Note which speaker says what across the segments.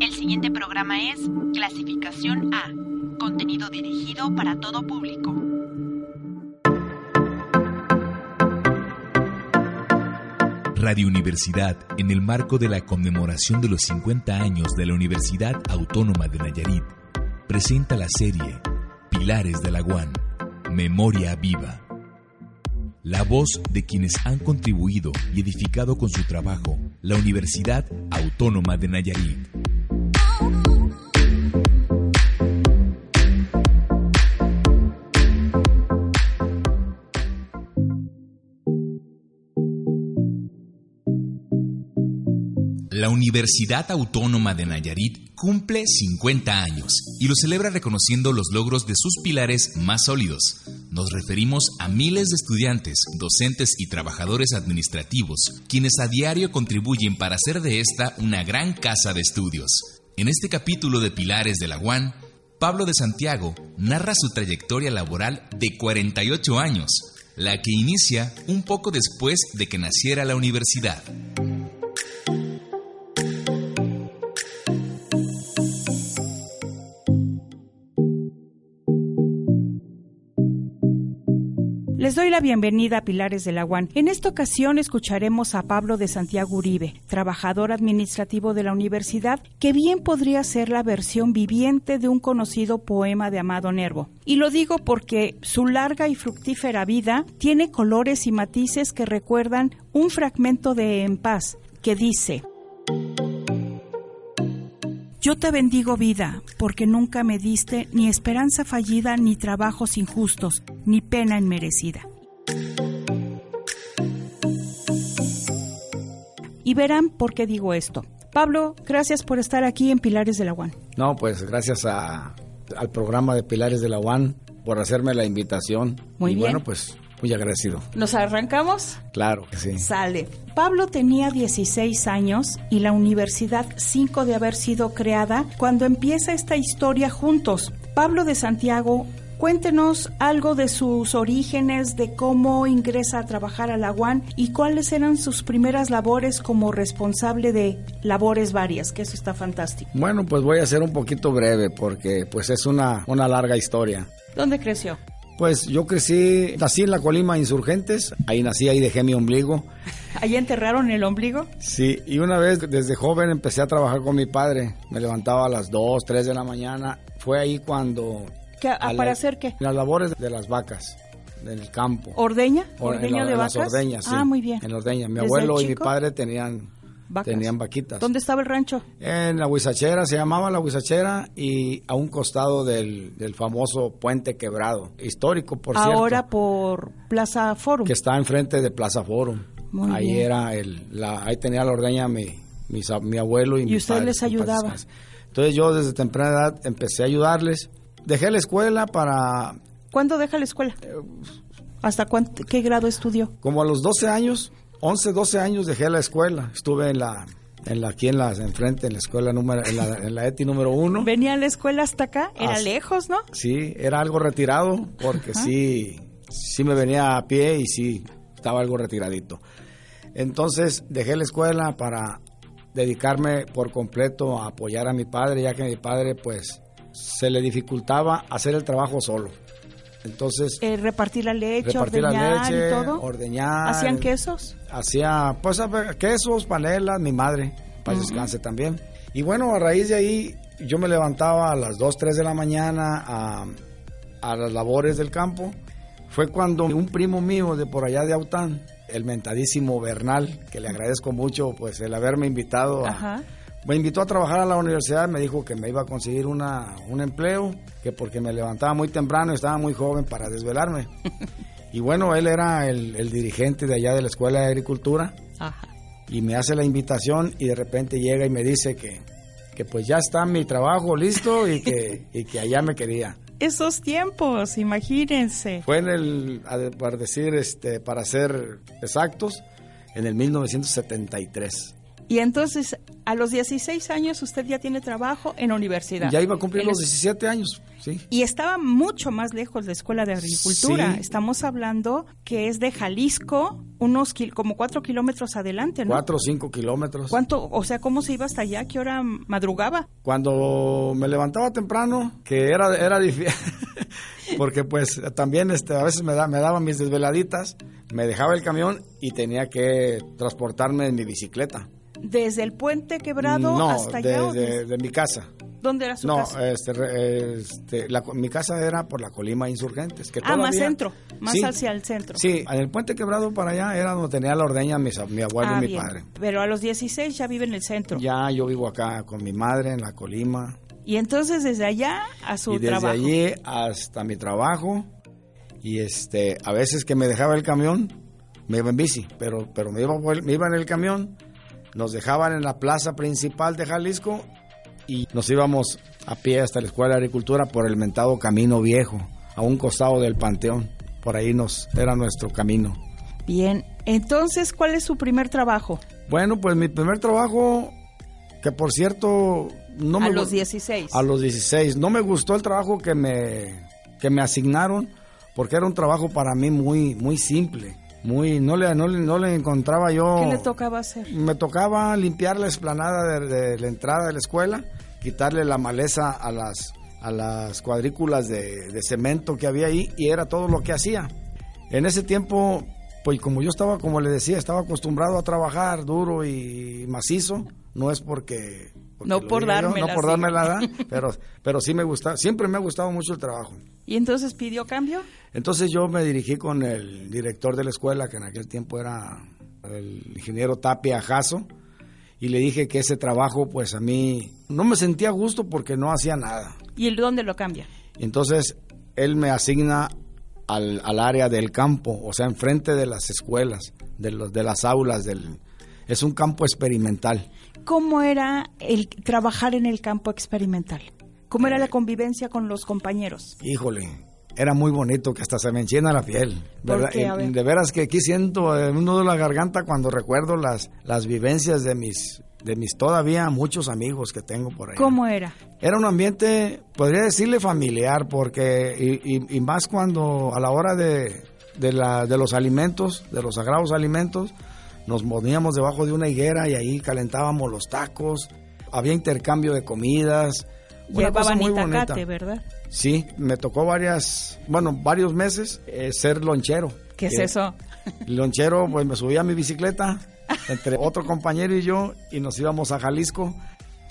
Speaker 1: El siguiente programa es Clasificación A, contenido dirigido para todo público.
Speaker 2: Radio Universidad, en el marco de la conmemoración de los 50 años de la Universidad Autónoma de Nayarit, presenta la serie Pilares de la UAN, Memoria Viva. La voz de quienes han contribuido y edificado con su trabajo la Universidad Autónoma de Nayarit. La Universidad Autónoma de Nayarit cumple 50 años y lo celebra reconociendo los logros de sus pilares más sólidos. Nos referimos a miles de estudiantes, docentes y trabajadores administrativos, quienes a diario contribuyen para hacer de esta una gran casa de estudios. En este capítulo de Pilares de la UAN, Pablo de Santiago narra su trayectoria laboral de 48 años, la que inicia un poco después de que naciera la universidad.
Speaker 3: Les doy la bienvenida a Pilares del Aguán. En esta ocasión escucharemos a Pablo de Santiago Uribe, trabajador administrativo de la universidad, que bien podría ser la versión viviente de un conocido poema de Amado Nervo. Y lo digo porque su larga y fructífera vida tiene colores y matices que recuerdan un fragmento de En paz, que dice... Yo te bendigo vida, porque nunca me diste ni esperanza fallida, ni trabajos injustos, ni pena inmerecida. Y verán por qué digo esto. Pablo, gracias por estar aquí en Pilares de la UAN.
Speaker 4: No, pues gracias a, al programa de Pilares de la UAN por hacerme la invitación.
Speaker 3: Muy
Speaker 4: y
Speaker 3: bien.
Speaker 4: bueno, pues muy agradecido.
Speaker 3: ¿Nos arrancamos?
Speaker 4: Claro que sí.
Speaker 3: Sale. Pablo tenía 16 años y la universidad 5 de haber sido creada cuando empieza esta historia juntos. Pablo de Santiago, cuéntenos algo de sus orígenes, de cómo ingresa a trabajar a la UAN y cuáles eran sus primeras labores como responsable de labores varias, que eso está fantástico.
Speaker 4: Bueno, pues voy a ser un poquito breve porque pues es una, una larga historia.
Speaker 3: ¿Dónde creció?
Speaker 4: Pues yo crecí, nací en la Colima Insurgentes, ahí nací, ahí dejé mi ombligo.
Speaker 3: ¿Allá enterraron el ombligo?
Speaker 4: Sí, y una vez desde joven empecé a trabajar con mi padre. Me levantaba a las 2, 3 de la mañana. Fue ahí cuando...
Speaker 3: ¿Qué- a-
Speaker 4: a la-
Speaker 3: ¿Para hacer qué?
Speaker 4: Las labores de las vacas, en el campo.
Speaker 3: ¿Ordeña?
Speaker 4: Or- en
Speaker 3: ¿Ordeña
Speaker 4: la-
Speaker 3: de
Speaker 4: en
Speaker 3: vacas?
Speaker 4: Las ordeñas, sí.
Speaker 3: Ah, muy bien.
Speaker 4: En ordeñas. Mi
Speaker 3: ¿Desde
Speaker 4: abuelo y mi
Speaker 3: chico?
Speaker 4: padre tenían,
Speaker 3: Vacas.
Speaker 4: tenían vaquitas.
Speaker 3: ¿Dónde estaba el rancho?
Speaker 4: En la Huizachera, se llamaba la Huizachera y a un costado del, del famoso puente quebrado, histórico por
Speaker 3: Ahora
Speaker 4: cierto,
Speaker 3: por Plaza Forum.
Speaker 4: que está enfrente de Plaza Forum.
Speaker 3: Muy
Speaker 4: ahí
Speaker 3: bien.
Speaker 4: era el, la, ahí tenía la ordeña mi, mis a- mi abuelo y,
Speaker 3: Y
Speaker 4: mi
Speaker 3: usted
Speaker 4: padre,
Speaker 3: les
Speaker 4: que en paz
Speaker 3: ayudaba.
Speaker 4: descanse. Entonces yo desde temprana edad empecé a ayudarles. Dejé la escuela para
Speaker 3: ¿Cuándo deja la escuela?
Speaker 4: Eh,
Speaker 3: ¿Hasta cuánto, qué grado estudió?
Speaker 4: Como a los 12 años, 11, 12 años dejé la escuela. Estuve en la, en la aquí en la, enfrente, en la escuela número, en la, en la ETI número uno.
Speaker 3: Venía a la escuela hasta acá, era
Speaker 4: Hasta-
Speaker 3: lejos, ¿no?
Speaker 4: Sí, era algo retirado porque sí, sí me venía a pie y sí, estaba algo retiradito. Entonces dejé la escuela para dedicarme por completo a apoyar a mi padre, ya que mi padre pues se le dificultaba hacer el trabajo solo. Entonces,
Speaker 3: Eh, repartir la leche,
Speaker 4: repartir
Speaker 3: ordeñar
Speaker 4: la leche,
Speaker 3: y todo.
Speaker 4: ordeñar.
Speaker 3: ¿Hacían quesos?
Speaker 4: hacía pues a ver, quesos, panelas, mi madre, para descanse también. Y bueno, a raíz de ahí yo me levantaba a las 2, 3 de la mañana a, a las labores del campo. Fue cuando un primo mío de por allá de Aután, el mentadísimo Bernal, que le agradezco mucho pues el haberme invitado a,
Speaker 3: Ajá.
Speaker 4: me invitó a trabajar a la universidad, me dijo que me iba a conseguir una, un empleo, que porque me levantaba muy temprano y estaba muy joven para desvelarme. Y bueno, él era el, el dirigente de allá de la Escuela de Agricultura
Speaker 3: Ajá.
Speaker 4: y me hace la invitación y de repente llega y me dice que, que pues ya está mi trabajo listo y que, y que allá me quería.
Speaker 3: Esos tiempos, imagínense.
Speaker 4: Fue en el, a- para decir, este, para ser exactos, en el 1973.
Speaker 3: Y entonces, a los 16 años usted ya tiene trabajo en la universidad.
Speaker 4: Ya iba a cumplir
Speaker 3: En
Speaker 4: los
Speaker 3: la-
Speaker 4: 17 años, sí.
Speaker 3: Y estaba mucho más lejos de Escuela de Agricultura.
Speaker 4: Sí.
Speaker 3: Estamos hablando que es de Jalisco, unos kil- como cuatro kilómetros adelante, ¿no?
Speaker 4: Cuatro o cinco kilómetros.
Speaker 3: ¿Cuánto, o sea, cómo se iba hasta allá? ¿Qué hora madrugaba?
Speaker 4: Cuando me levantaba temprano, que era, era difícil, porque pues también este, a veces me, da, me daban mis desveladitas, me dejaba el camión y tenía que transportarme en mi bicicleta.
Speaker 3: ¿Desde el puente quebrado
Speaker 4: no,
Speaker 3: hasta
Speaker 4: de,
Speaker 3: allá? o
Speaker 4: de-
Speaker 3: desde-
Speaker 4: de mi casa.
Speaker 3: ¿Dónde era su
Speaker 4: No,
Speaker 3: casa?
Speaker 4: este, re- este, la- mi casa era por la Colima Insurgentes. Que
Speaker 3: ah, más
Speaker 4: todavía-
Speaker 3: centro, más
Speaker 4: Sí,
Speaker 3: hacia el centro.
Speaker 4: Sí, en el puente quebrado para allá era donde tenía la ordeña mis ab- mi abuelo
Speaker 3: Ah,
Speaker 4: y mi
Speaker 3: bien.
Speaker 4: padre.
Speaker 3: Pero a los 16 ya vive en el centro.
Speaker 4: Ya yo vivo acá con mi madre en la Colima.
Speaker 3: Y entonces desde allá a su
Speaker 4: y desde
Speaker 3: trabajo.
Speaker 4: allí hasta mi trabajo. Y este, a veces que me dejaba el camión, me iba en bici, pero, pero me, iba, por el- me iba en el camión, nos dejaban en la plaza principal de Jalisco y nos íbamos a pie hasta la Escuela de Agricultura por el mentado Camino Viejo, a un costado del Panteón. Por ahí nos, era nuestro camino.
Speaker 3: Bien, entonces, ¿cuál es su primer trabajo?
Speaker 4: Bueno, pues mi primer trabajo, que por cierto, no
Speaker 3: a
Speaker 4: me
Speaker 3: los
Speaker 4: gu-
Speaker 3: 16.
Speaker 4: A los 16. No me gustó el trabajo que me, que me asignaron porque era un trabajo para mí muy, muy simple. Muy, no, le, no, le, no le encontraba yo...
Speaker 3: ¿Qué le tocaba hacer?
Speaker 4: Me tocaba limpiar la esplanada de, de la entrada de la escuela, quitarle la maleza a las, a las cuadrículas de, de cemento que había ahí y era todo lo que hacía. En ese tiempo, pues como yo estaba, como le decía, estaba acostumbrado a trabajar duro y macizo, no es porque... porque
Speaker 3: No
Speaker 4: lo
Speaker 3: por
Speaker 4: diga yo,
Speaker 3: dármela,
Speaker 4: no por
Speaker 3: sí.
Speaker 4: darme la edad, pero, pero sí me gusta, siempre me ha gustado mucho el trabajo.
Speaker 3: ¿Y entonces pidió cambio?
Speaker 4: Entonces yo me dirigí con el director de la escuela, que en aquel tiempo era el ingeniero Tapia Jasso, y le dije que ese trabajo, pues a mí no me sentía a gusto porque no hacía nada.
Speaker 3: ¿Y el dónde lo cambia?
Speaker 4: Entonces él me asigna al, al área del campo, o sea, enfrente de las escuelas, de, los, de las aulas. Del, es un campo experimental.
Speaker 3: ¿Cómo era el trabajar en el campo experimental? ¿Cómo
Speaker 4: Eh.
Speaker 3: era la convivencia con los compañeros?
Speaker 4: Híjole, era muy bonito que hasta se me enchina la piel.
Speaker 3: ¿Por
Speaker 4: ¿verdad?
Speaker 3: qué? A
Speaker 4: Y
Speaker 3: ver.
Speaker 4: de veras que aquí siento eh, un nudo en la garganta cuando recuerdo las, las vivencias de mis, de mis todavía muchos amigos que tengo por ahí.
Speaker 3: ¿Cómo era?
Speaker 4: Era un ambiente, podría decirle familiar, porque, y, y- y más cuando a la hora de, de, la- de los alimentos, de los sagrados alimentos, nos poníamos debajo de una higuera y ahí calentábamos los tacos, había intercambio de comidas. una cosa
Speaker 3: Llevaban
Speaker 4: muy
Speaker 3: itacate,
Speaker 4: bonita.
Speaker 3: ¿verdad?
Speaker 4: Sí, me tocó varias, bueno, varios meses eh, ser lonchero.
Speaker 3: ¿Qué es
Speaker 4: Eh,
Speaker 3: eso?
Speaker 4: Lonchero, pues me subía a mi bicicleta entre otro compañero y yo y nos íbamos a Jalisco,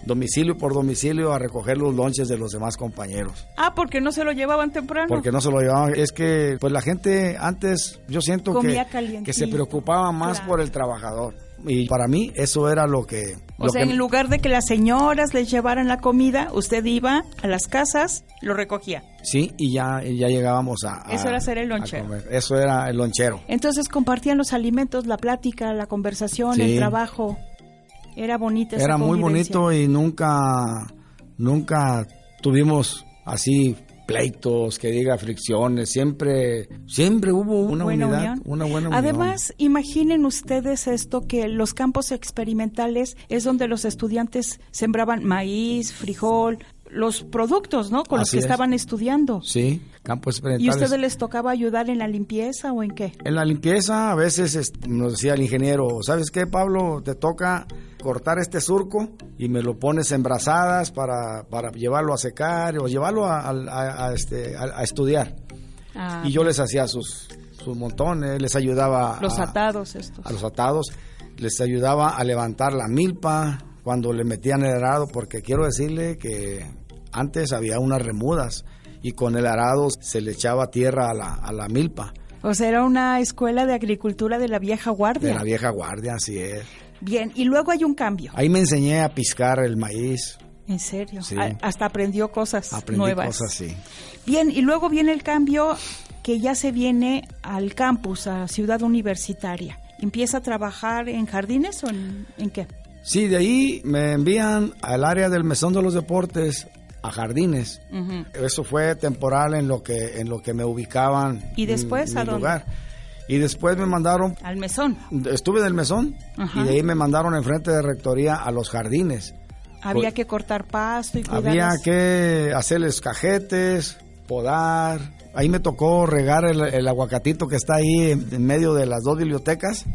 Speaker 4: domicilio por domicilio, a recoger los lonches de los demás compañeros.
Speaker 3: Ah, porque no se lo llevaban temprano.
Speaker 4: Porque no se lo llevaban. Es que, pues la gente antes, yo siento
Speaker 3: Comía
Speaker 4: que,
Speaker 3: calientito.
Speaker 4: que se preocupaba más
Speaker 3: Claro.
Speaker 4: por el trabajador. Y para mí eso era lo que...
Speaker 3: o
Speaker 4: lo
Speaker 3: sea,
Speaker 4: que-
Speaker 3: en lugar de que las señoras les llevaran la comida, usted iba a las casas, lo recogía.
Speaker 4: Sí, y ya, y ya llegábamos a... a-
Speaker 3: Eso era ser el
Speaker 4: a
Speaker 3: lonchero.
Speaker 4: comer. Eso era el lonchero.
Speaker 3: Entonces compartían los alimentos, la plática, la conversación,
Speaker 4: Sí.
Speaker 3: el trabajo. Era bonita esa
Speaker 4: Era muy
Speaker 3: convivencia.
Speaker 4: bonito y nunca, nunca tuvimos así pleitos, que diga fricciones, siempre, siempre hubo una
Speaker 3: Buena
Speaker 4: unidad,
Speaker 3: unión.
Speaker 4: una buena unión.
Speaker 3: Además, imaginen ustedes esto que los campos experimentales es donde los estudiantes sembraban maíz, frijol, los productos, ¿no? Con los
Speaker 4: Así
Speaker 3: que
Speaker 4: es.
Speaker 3: estaban estudiando.
Speaker 4: sí, campos
Speaker 3: ¿Y
Speaker 4: experimentales.
Speaker 3: ustedes les tocaba ayudar en la limpieza o en qué?
Speaker 4: En la limpieza a veces este, nos decía el ingeniero, ¿sabes qué Pablo? Te toca cortar este surco y me lo pones en brazadas para, para llevarlo a secar o llevarlo a, al- a- a, este, a- a estudiar.
Speaker 3: Ah,
Speaker 4: Y yo les hacía sus, sus montones, les ayudaba
Speaker 3: los
Speaker 4: a,
Speaker 3: atados estos.
Speaker 4: ah, a los atados, les ayudaba a levantar la milpa cuando le metían el arado, porque quiero decirle que antes había unas remudas y con el arado se le echaba tierra a la, a la milpa
Speaker 3: O sea, era una escuela de agricultura de la vieja guardia.
Speaker 4: de la vieja guardia, así es.
Speaker 3: Bien, y luego hay un cambio.
Speaker 4: Ahí me enseñé a piscar el maíz,
Speaker 3: En serio.
Speaker 4: Sí.
Speaker 3: A- hasta aprendió cosas
Speaker 4: aprendí
Speaker 3: nuevas.
Speaker 4: cosas así.
Speaker 3: Bien, y luego viene el cambio que ya se viene al campus, a Ciudad Universitaria. ¿Empieza a trabajar en jardines o en, en qué?
Speaker 4: Sí, de ahí me envían al área del mesón de los deportes, a jardines. Eso fue temporal en lo que en lo que me ubicaban.
Speaker 3: ¿Y después
Speaker 4: en mi
Speaker 3: a dónde?
Speaker 4: lugar. Y después me mandaron,
Speaker 3: Al mesón.
Speaker 4: estuve en el mesón
Speaker 3: Ajá.
Speaker 4: y de ahí me mandaron enfrente de rectoría a los jardines.
Speaker 3: Había
Speaker 4: Pues-
Speaker 3: que cortar pasto y cuidar.
Speaker 4: Había
Speaker 3: las-
Speaker 4: que hacerles cajetes, podar. Ahí me tocó regar el, el aguacatito que está ahí en, en medio de las dos bibliotecas,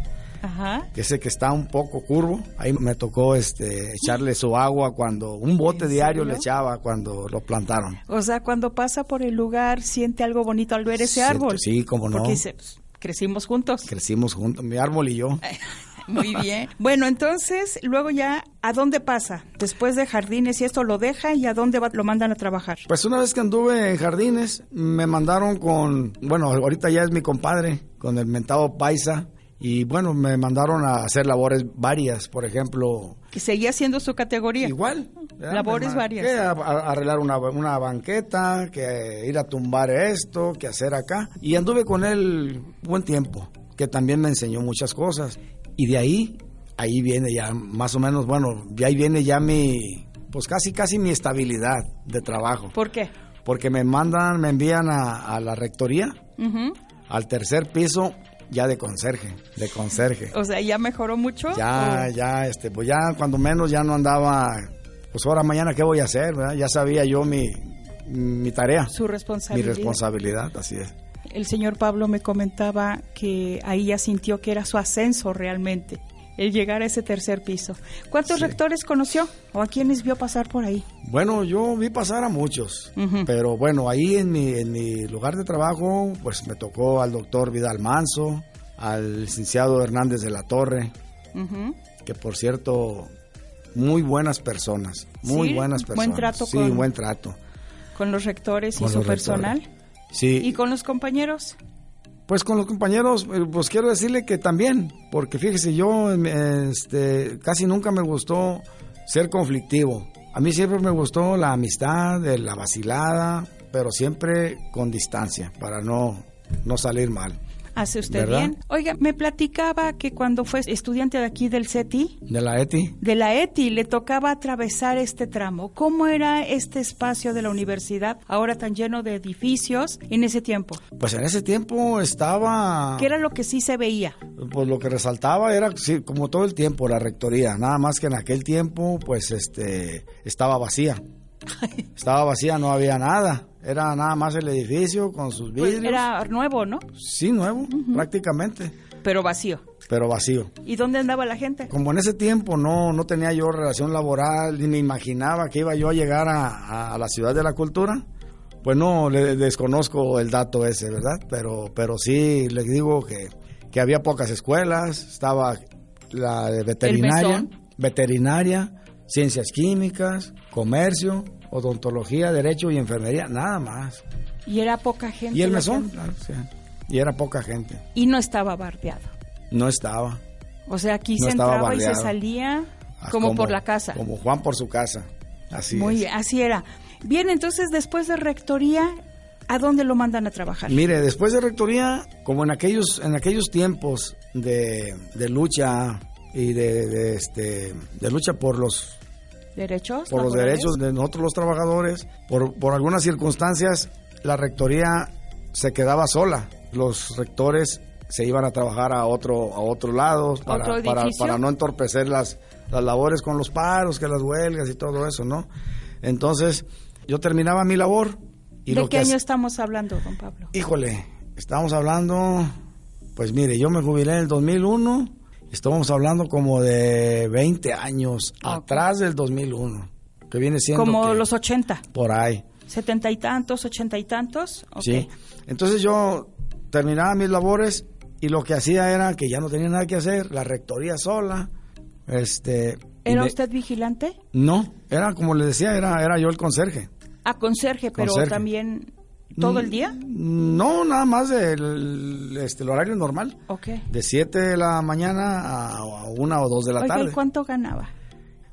Speaker 3: Ajá.
Speaker 4: que sé que está un poco curvo. Ahí me tocó este, echarle su agua cuando un bote
Speaker 3: ¿En
Speaker 4: diario
Speaker 3: serio?
Speaker 4: le echaba cuando lo plantaron.
Speaker 3: O sea, cuando pasa por el lugar, siente algo bonito al ver ese
Speaker 4: Sí,
Speaker 3: árbol.
Speaker 4: sí, cómo no.
Speaker 3: Porque dice, pues, crecimos juntos.
Speaker 4: Crecimos juntos, mi árbol y yo.
Speaker 3: Muy bien. Bueno, entonces, luego ya, ¿a dónde pasa? Después de jardines y esto lo deja y a dónde va- lo mandan a trabajar.
Speaker 4: Pues una vez que anduve en jardines, me mandaron con, bueno, ahorita ya es mi compadre, con el mentado Paisa, y bueno, me mandaron a hacer labores varias, por ejemplo,
Speaker 3: Que seguía siendo su categoría.
Speaker 4: igual. ¿verdad?
Speaker 3: Labores
Speaker 4: Me-
Speaker 3: varias.
Speaker 4: que a- a- arreglar una, una banqueta, que ir a tumbar esto, que hacer acá, y anduve con él buen tiempo, que también me enseñó muchas cosas, y de ahí, ahí viene ya más o menos, bueno, de ahí viene ya mi, pues casi, casi mi estabilidad de trabajo
Speaker 3: ¿Por qué?
Speaker 4: porque me mandan, me envían a, a la rectoría,
Speaker 3: Ujú.
Speaker 4: al tercer piso, ya de conserje, de conserje.
Speaker 3: O sea, ¿ya mejoró mucho?
Speaker 4: Ya, ya, este, pues ya cuando menos ya no andaba, pues ahora mañana qué voy a hacer, ¿verdad? Ya sabía yo mi, mi tarea,
Speaker 3: ¿O Su
Speaker 4: mi
Speaker 3: responsabilidad.
Speaker 4: responsabilidad, así es.
Speaker 3: El señor Pablo me comentaba que ahí ya sintió que era su ascenso realmente, el llegar a ese tercer piso. ¿Cuántos
Speaker 4: Sí.
Speaker 3: rectores conoció o a quiénes vio pasar por ahí?
Speaker 4: Bueno, yo vi pasar a muchos,
Speaker 3: Ujú.
Speaker 4: pero bueno, ahí en mi, en mi lugar de trabajo, pues me tocó al doctor Vidal Manso, al licenciado Hernández de la Torre,
Speaker 3: Ujú.
Speaker 4: que por cierto, muy buenas personas, muy
Speaker 3: Sí,
Speaker 4: buenas
Speaker 3: buen
Speaker 4: personas.
Speaker 3: trato
Speaker 4: Sí,
Speaker 3: con-
Speaker 4: buen trato.
Speaker 3: Con los rectores
Speaker 4: con
Speaker 3: y su
Speaker 4: los
Speaker 3: personal.
Speaker 4: rectores. Sí,
Speaker 3: ¿Y con los compañeros?
Speaker 4: pues con los compañeros, eh, pues quiero decirle que también, porque fíjese, yo em, este, casi nunca me gustó ser conflictivo. A mí siempre me gustó la amistad, eh, la vacilada, pero siempre con distancia, para no, no salir mal.
Speaker 3: Hace usted
Speaker 4: ¿Verdad?
Speaker 3: bien. Oiga, me platicaba que cuando fue estudiante de aquí del CETI,
Speaker 4: ¿De la ETI?
Speaker 3: de la ETI, le tocaba atravesar este tramo. ¿Cómo era este espacio de la universidad, ahora tan lleno de edificios, en ese tiempo?
Speaker 4: Pues en ese tiempo estaba...
Speaker 3: ¿Qué era lo que sí se veía?
Speaker 4: Pues lo que resaltaba era, sí, como todo el tiempo, la rectoría. Nada más que en aquel tiempo, pues, este, estaba vacía. Estaba vacía, no había nada. Era nada más el edificio con sus
Speaker 3: Pues,
Speaker 4: vidrios.
Speaker 3: era nuevo, ¿no?
Speaker 4: Sí, nuevo, prácticamente,
Speaker 3: Pero vacío.
Speaker 4: pero vacío.
Speaker 3: ¿Y dónde andaba la gente?
Speaker 4: Como en ese tiempo no, no tenía yo relación laboral, ni me imaginaba que iba yo a llegar a, a- a la ciudad de la cultura, pues no, le desconozco el dato ese, ¿verdad? Pero, pero sí les digo que, que había pocas escuelas, estaba la de veterinaria,
Speaker 3: mesón.
Speaker 4: veterinaria, ciencias químicas, comercio, odontología, derecho y enfermería, nada más.
Speaker 3: Y era poca gente.
Speaker 4: Y el
Speaker 3: la
Speaker 4: mesón,
Speaker 3: que-
Speaker 4: claro, sí. y era poca gente,
Speaker 3: Y no estaba bardeado.
Speaker 4: no estaba.
Speaker 3: O sea, aquí
Speaker 4: No
Speaker 3: se
Speaker 4: estaba
Speaker 3: entraba y se
Speaker 4: bardeado.
Speaker 3: salía
Speaker 4: Ah,
Speaker 3: como, por la casa.
Speaker 4: Como Juan por su casa. Así
Speaker 3: Muy
Speaker 4: es.
Speaker 3: bien, así era. Bien, entonces después de rectoría, ¿a dónde lo mandan a trabajar?
Speaker 4: Mire, después de rectoría, como en aquellos, en aquellos tiempos de, de lucha y de, de, este, de lucha por los,
Speaker 3: ¿Derechos?
Speaker 4: por los
Speaker 3: laborales?
Speaker 4: derechos de nosotros los trabajadores, por, por algunas circunstancias, la rectoría se quedaba sola. Los rectores se iban a trabajar a otro, a otro lado para,
Speaker 3: ¿Otro
Speaker 4: para,
Speaker 3: edificio?
Speaker 4: para no entorpecer las, las labores con los paros, que las huelgas y todo eso, ¿no? Entonces, yo terminaba mi labor. Y
Speaker 3: ¿De
Speaker 4: lo
Speaker 3: qué
Speaker 4: que
Speaker 3: año
Speaker 4: hac-
Speaker 3: estamos hablando, don Pablo?
Speaker 4: Híjole, estamos hablando, pues mire, yo me jubilé en el 2001, estamos hablando como de 20 años
Speaker 3: Ah, ok.
Speaker 4: atrás del 2001, que viene siendo
Speaker 3: Como
Speaker 4: que
Speaker 3: los 80,
Speaker 4: por ahí,
Speaker 3: setenta y tantos, ochenta y tantos. ok.
Speaker 4: sí. Entonces yo terminaba mis labores y lo que hacía era que ya no tenía nada que hacer, la rectoría sola, este... y
Speaker 3: ¿Era
Speaker 4: me-
Speaker 3: usted vigilante?
Speaker 4: No, era como le decía, era, era yo el conserje.
Speaker 3: A Ah, conserje, pero
Speaker 4: Conserje. Mm.
Speaker 3: también todo el día.
Speaker 4: No, nada más del este, el horario normal.
Speaker 3: Ok.
Speaker 4: de 7 de la mañana a 1 o 2 de la
Speaker 3: Oiga, ¿y
Speaker 4: tarde.
Speaker 3: cuánto ganaba?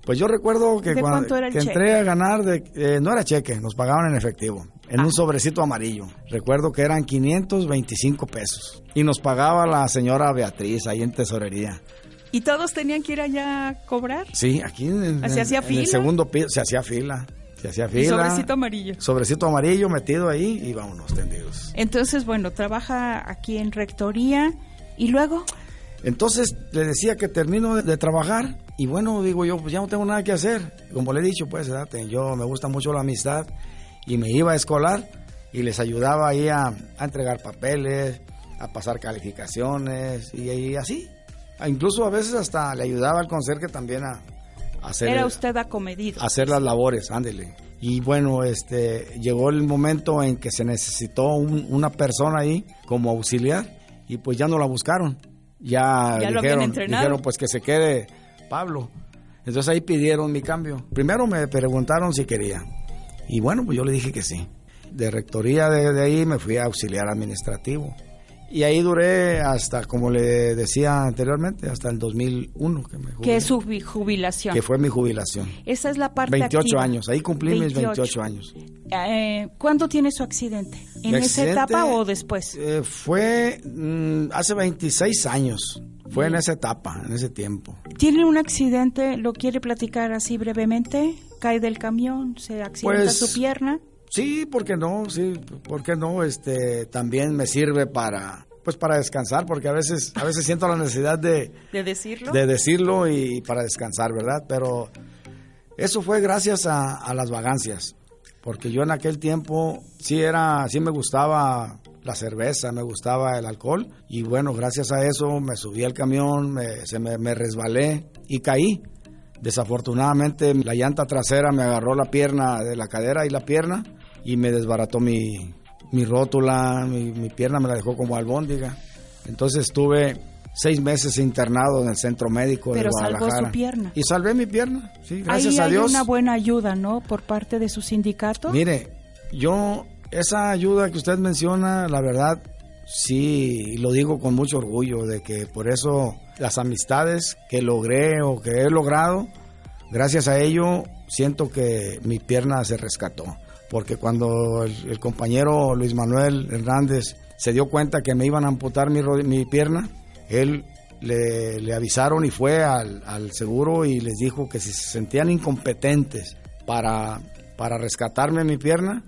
Speaker 4: Pues yo recuerdo que
Speaker 3: ¿De
Speaker 4: cuando
Speaker 3: cuánto era el
Speaker 4: que
Speaker 3: cheque?
Speaker 4: entré a ganar, de, eh, no era cheque, nos pagaban en efectivo, en
Speaker 3: Ah.
Speaker 4: un sobrecito amarillo. Recuerdo que eran 525 pesos y nos pagaba la señora Beatriz ahí en tesorería.
Speaker 3: ¿Y todos tenían que ir allá a cobrar?
Speaker 4: Sí, aquí en, en-
Speaker 3: ¿Se hacía
Speaker 4: en
Speaker 3: fila?
Speaker 4: el segundo piso se hacía fila. Se Se hacía
Speaker 3: Y
Speaker 4: fila.
Speaker 3: sobrecito amarillo.
Speaker 4: Sobrecito amarillo metido ahí y vámonos tendidos.
Speaker 3: Entonces, bueno, trabaja aquí en rectoría y luego,
Speaker 4: Entonces le decía que termino de, de trabajar y bueno, digo yo, pues ya no tengo nada que hacer. Como le he dicho, pues ¿verdad? Te- yo me gusta mucho la amistad y me iba a escolar y les ayudaba ahí a, a entregar papeles, a pasar calificaciones y, y así. A- incluso a veces hasta le ayudaba al conserje también a, a hacer
Speaker 3: era
Speaker 4: el-
Speaker 3: usted acomedido.
Speaker 4: hacer las labores, ándele. Y bueno, este, llegó el momento en que se necesitó un- una persona ahí como auxiliar y pues ya no la buscaron. Ya,
Speaker 3: Ya lo habían
Speaker 4: dijeron,
Speaker 3: entrenado.
Speaker 4: dijeron pues que se quede Pablo. Entonces ahí pidieron mi cambio. Primero me preguntaron si quería. Y bueno, pues yo le dije que sí. De rectoría de, de ahí me fui a auxiliar administrativo. Y ahí duré hasta, como le decía anteriormente, hasta el 2001 que me
Speaker 3: que
Speaker 4: jubilé,
Speaker 3: es su vi- jubilación.
Speaker 4: que fue mi jubilación.
Speaker 3: Esa es la parte
Speaker 4: 28
Speaker 3: activa.
Speaker 4: años, ahí cumplí mis 28 años.
Speaker 3: Eh, ¿Cuándo tiene su accidente? ¿En
Speaker 4: Mi
Speaker 3: esa
Speaker 4: accidente,
Speaker 3: etapa o después?
Speaker 4: eh, fue mm, hace 26 años, fue
Speaker 3: Mm.
Speaker 4: en esa etapa, en ese tiempo.
Speaker 3: ¿Tiene un accidente? ¿Lo quiere platicar así brevemente? ¿Cae del camión? ¿Se accidenta
Speaker 4: Pues,
Speaker 3: su pierna?
Speaker 4: Sí, ¿por qué no? Sí, ¿por qué no? Este, también me sirve para, pues para descansar, porque a veces, a veces siento la necesidad de,
Speaker 3: ¿De decirlo?
Speaker 4: de decirlo y para descansar, ¿verdad? Pero eso fue gracias a, a las vagancias, porque yo en aquel tiempo sí era, sí me gustaba la cerveza, me gustaba el alcohol y bueno, gracias a eso me subí al camión, me, se me, me resbalé y caí. Desafortunadamente la llanta trasera me agarró la pierna de la cadera y la pierna y me desbarató mi, mi rótula, mi, mi pierna me la dejó como albóndiga. Entonces estuve seis meses internado en el centro médico
Speaker 3: Pero
Speaker 4: de
Speaker 3: salvó su
Speaker 4: Guadalajara.
Speaker 3: pierna.
Speaker 4: Y salvé mi pierna, sí, gracias
Speaker 3: Ahí
Speaker 4: a
Speaker 3: hay
Speaker 4: Dios.
Speaker 3: una buena ayuda, ¿no? Por parte de su sindicato.
Speaker 4: Mire, yo, esa ayuda que usted menciona, la verdad, sí, y lo digo con mucho orgullo, de que por eso las amistades que logré o que he logrado, gracias a ello, siento que mi pierna se rescató. Porque cuando el, el compañero Luis Manuel Hernández se dio cuenta que me iban a amputar mi, rod- mi pierna, él le, le avisaron y fue al, al seguro y les dijo que si se sentían incompetentes para, para rescatarme mi pierna,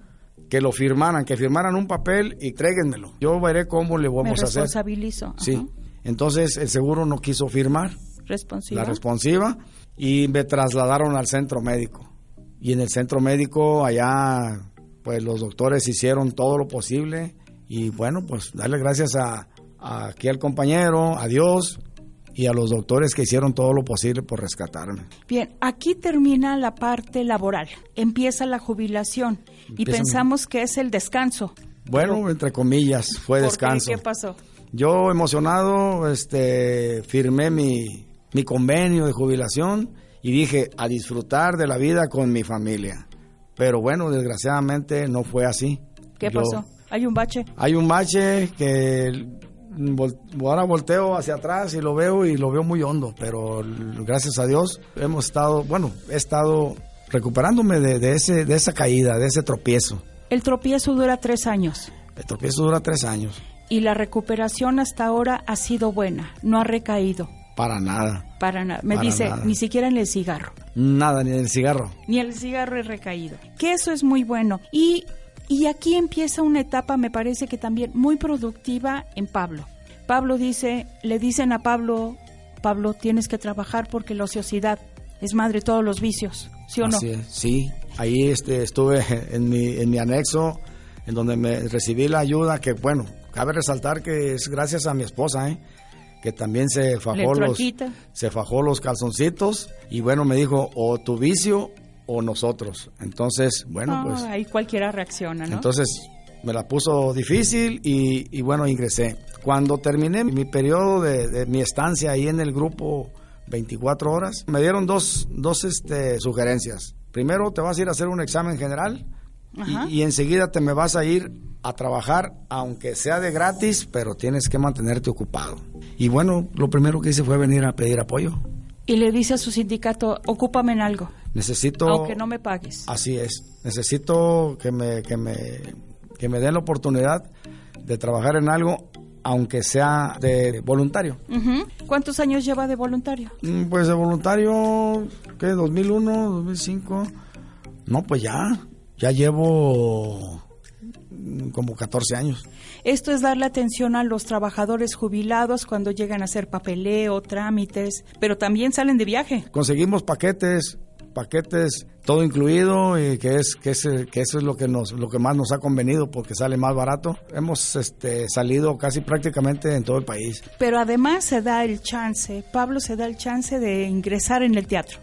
Speaker 4: que lo firmaran, que firmaran un papel y tréguenmelo. Yo veré cómo le
Speaker 3: Me
Speaker 4: vamos a hacer.
Speaker 3: responsabilizo. Ajá.
Speaker 4: Sí. Entonces el seguro no quiso firmar
Speaker 3: Responsiva.
Speaker 4: la responsiva y me trasladaron al centro médico. Y en el centro médico allá pues los doctores hicieron todo lo posible y bueno, pues darle gracias a, a aquí al compañero, a Dios y a los doctores que hicieron todo lo posible por rescatarme.
Speaker 3: Bien, aquí termina la parte laboral. Empieza la jubilación y
Speaker 4: Empieza mi-
Speaker 3: pensamos que es el descanso.
Speaker 4: Bueno, entre comillas, fue
Speaker 3: ¿Por qué?
Speaker 4: descanso.
Speaker 3: ¿Qué pasó?
Speaker 4: Yo emocionado este firmé mi, mi convenio de jubilación y dije a disfrutar de la vida con mi familia. Pero bueno, desgraciadamente no fue así.
Speaker 3: ¿Qué
Speaker 4: Yo-
Speaker 3: pasó? Hay un bache.
Speaker 4: Hay un bache que el- vol- ahora volteo hacia atrás y lo veo y lo veo muy hondo, pero l- gracias a Dios hemos estado, bueno, he estado recuperándome de, de ese, de esa caída, de ese tropiezo.
Speaker 3: El tropiezo dura tres años
Speaker 4: El tropiezo dura tres años,
Speaker 3: y la recuperación hasta ahora ha sido buena. No ha recaído
Speaker 4: para nada,
Speaker 3: para nada. Me
Speaker 4: Para
Speaker 3: dice,
Speaker 4: nada.
Speaker 3: ni siquiera en el cigarro.
Speaker 4: nada, ni del cigarro.
Speaker 3: Ni el cigarro he recaído. Que eso es muy bueno. Y, y aquí empieza una etapa, me parece que también muy productiva en Pablo. Pablo dice, le dicen a Pablo, Pablo, tienes que trabajar porque la ociosidad es madre de todos los vicios, ¿sí o no?
Speaker 4: Así es, sí, ahí este, estuve en mi, en mi anexo, en donde me recibí la ayuda, que bueno, cabe resaltar que es gracias a mi esposa, ¿eh? que también se fajó,
Speaker 3: entró al
Speaker 4: los,
Speaker 3: quite.
Speaker 4: se fajó los calzoncitos y bueno, me dijo, o tu vicio o nosotros. Entonces, bueno,
Speaker 3: Ah,
Speaker 4: pues...
Speaker 3: ahí cualquiera reacciona, ¿no?
Speaker 4: Entonces me la puso difícil y, y bueno, ingresé. Cuando terminé mi periodo de, de mi estancia ahí en el grupo 24 horas, me dieron dos, dos este, sugerencias. Primero, te vas a ir a hacer un examen general y-
Speaker 3: Ajá.
Speaker 4: y, enseguida te me vas a ir a trabajar, aunque sea de gratis, pero tienes que mantenerte ocupado. Y bueno, lo primero que hice fue venir a pedir apoyo.
Speaker 3: y le dice a su sindicato, ocúpame en algo,
Speaker 4: Necesito...
Speaker 3: aunque no me pagues.
Speaker 4: Así es. Necesito que me, que me, que me den la oportunidad de trabajar en algo, aunque sea de voluntario.
Speaker 3: Ujú. ¿Cuántos años lleva de voluntario?
Speaker 4: Mm, Pues de voluntario, ¿qué? 2001, 2005, No, pues ya, ya llevo mm, como 14 años.
Speaker 3: Esto es darle atención a los trabajadores jubilados cuando llegan a hacer papeleo, trámites, pero también salen de viaje.
Speaker 4: Conseguimos paquetes, paquetes todo incluido y que es que es que eso es lo que nos lo que más nos ha convenido porque sale más barato. Hemos este salido casi prácticamente en todo el país.
Speaker 3: Pero además se da el chance, Pablo se da el chance de ingresar en el teatro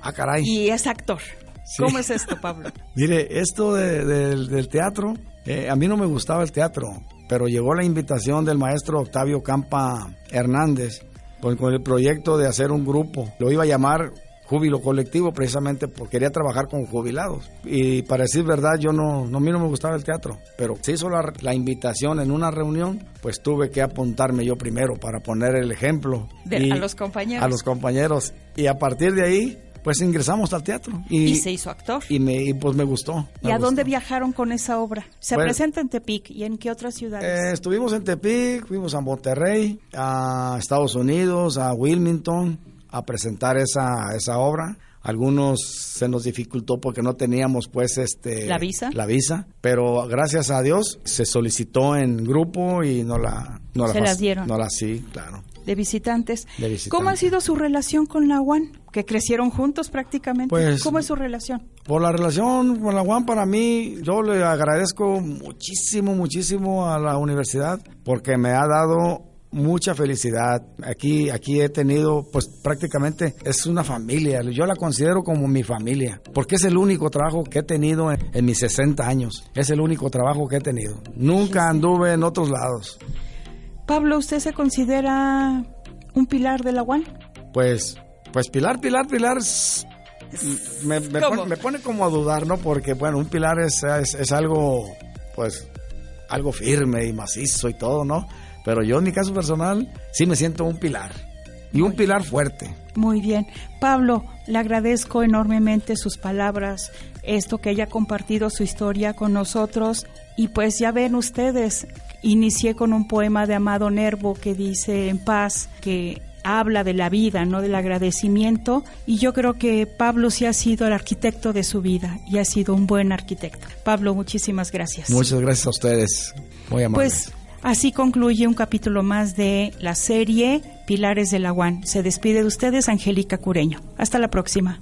Speaker 4: Ah, caray.
Speaker 3: y es actor.
Speaker 4: Sí.
Speaker 3: ¿Cómo es esto, Pablo?
Speaker 4: Mire, esto de- del- del teatro, eh, a mí no me gustaba el teatro, pero llegó la invitación del maestro Octavio Campa Hernández con, con el proyecto de hacer un grupo. Lo iba a llamar Júbilo Colectivo precisamente porque quería trabajar con jubilados. Y para decir verdad, yo no, no, a mí no me gustaba el teatro, pero se hizo la, la invitación en una reunión, pues tuve que apuntarme yo primero para poner el ejemplo.
Speaker 3: De- a los compañeros.
Speaker 4: A los compañeros. Y a partir de ahí, pues ingresamos al teatro.
Speaker 3: Y, se hizo actor.
Speaker 4: Y, me, y pues me gustó.
Speaker 3: ¿Y
Speaker 4: me
Speaker 3: a dónde
Speaker 4: gustó.
Speaker 3: viajaron con esa obra? ¿Se
Speaker 4: Bueno.
Speaker 3: presenta en Tepic y en qué otras ciudades?
Speaker 4: Eh, estuvimos en Tepic, fuimos a Monterrey, a Estados Unidos, a Wilmington, a presentar esa, esa obra. Algunos se nos dificultó porque no teníamos pues este
Speaker 3: ¿La visa?
Speaker 4: la visa, pero gracias a Dios se solicitó en grupo y no la no la
Speaker 3: Se
Speaker 4: fac-
Speaker 3: las dieron.
Speaker 4: No la sí, claro.
Speaker 3: de visitantes.
Speaker 4: de visitante.
Speaker 3: ¿Cómo ha sido su relación con la UAN? Que crecieron juntos prácticamente.
Speaker 4: Pues-
Speaker 3: ¿Cómo es su relación?
Speaker 4: Por la relación con la UAM, para mí, yo le agradezco muchísimo, muchísimo a la universidad porque me ha dado mucha felicidad. Aquí, aquí he tenido, pues prácticamente es una familia. Yo la considero como mi familia porque es el único trabajo que he tenido en, en mis 60 años. Es el único trabajo que he tenido. Nunca anduve en otros lados.
Speaker 3: Pablo, ¿usted se considera un pilar de la UAN?
Speaker 4: Pues, pues Pilar, Pilar, Pilar. s- Me, me
Speaker 3: ¿Cómo?
Speaker 4: pone, me pone como a dudar, ¿no? Porque, bueno, un pilar es, es, es algo, pues, algo firme y macizo y todo, ¿no? Pero yo, en mi caso personal, sí me siento un pilar. Y un pilar fuerte.
Speaker 3: Muy bien. Pablo, le agradezco enormemente sus palabras, esto que haya compartido su historia con nosotros. Y pues ya ven ustedes, inicié con un poema de Amado Nervo que dice en paz, que habla de la vida, no del agradecimiento. Y yo creo que Pablo sí ha sido el arquitecto de su vida y ha sido un buen arquitecto. Pablo, muchísimas gracias.
Speaker 4: Muchas gracias a ustedes. Muy amables.
Speaker 3: Pues así concluye un capítulo más de la serie Pilares de la UAN. Se despide de ustedes Angélica Cureño. Hasta la próxima.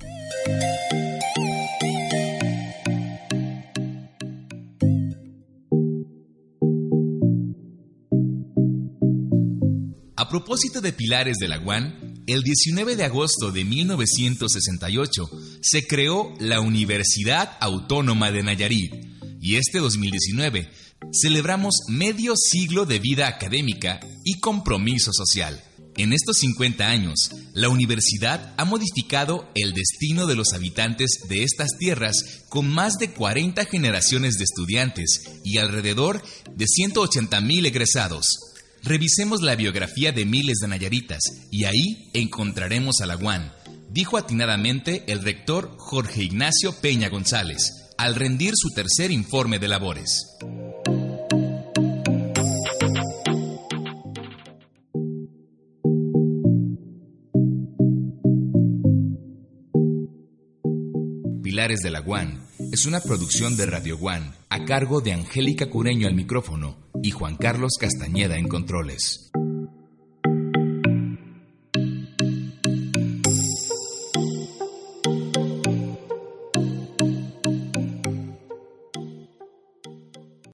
Speaker 2: A propósito de Pilares de la UAN, el 19 de agosto de 1968 se creó la Universidad Autónoma de Nayarit y este 2019 celebramos medio siglo de vida académica y compromiso social. En estos 50 años, la universidad ha modificado el destino de los habitantes de estas tierras con más de 40 generaciones de estudiantes y alrededor de 180 mil egresados. Revisemos la biografía de miles de Nayaritas y ahí encontraremos a la UAN, dijo atinadamente el rector Jorge Ignacio Peña González al rendir su tercer informe de labores. Pilares de la Guan es una producción de Radio Guan a cargo de Angélica Cureño al micrófono y Juan Carlos Castañeda en controles.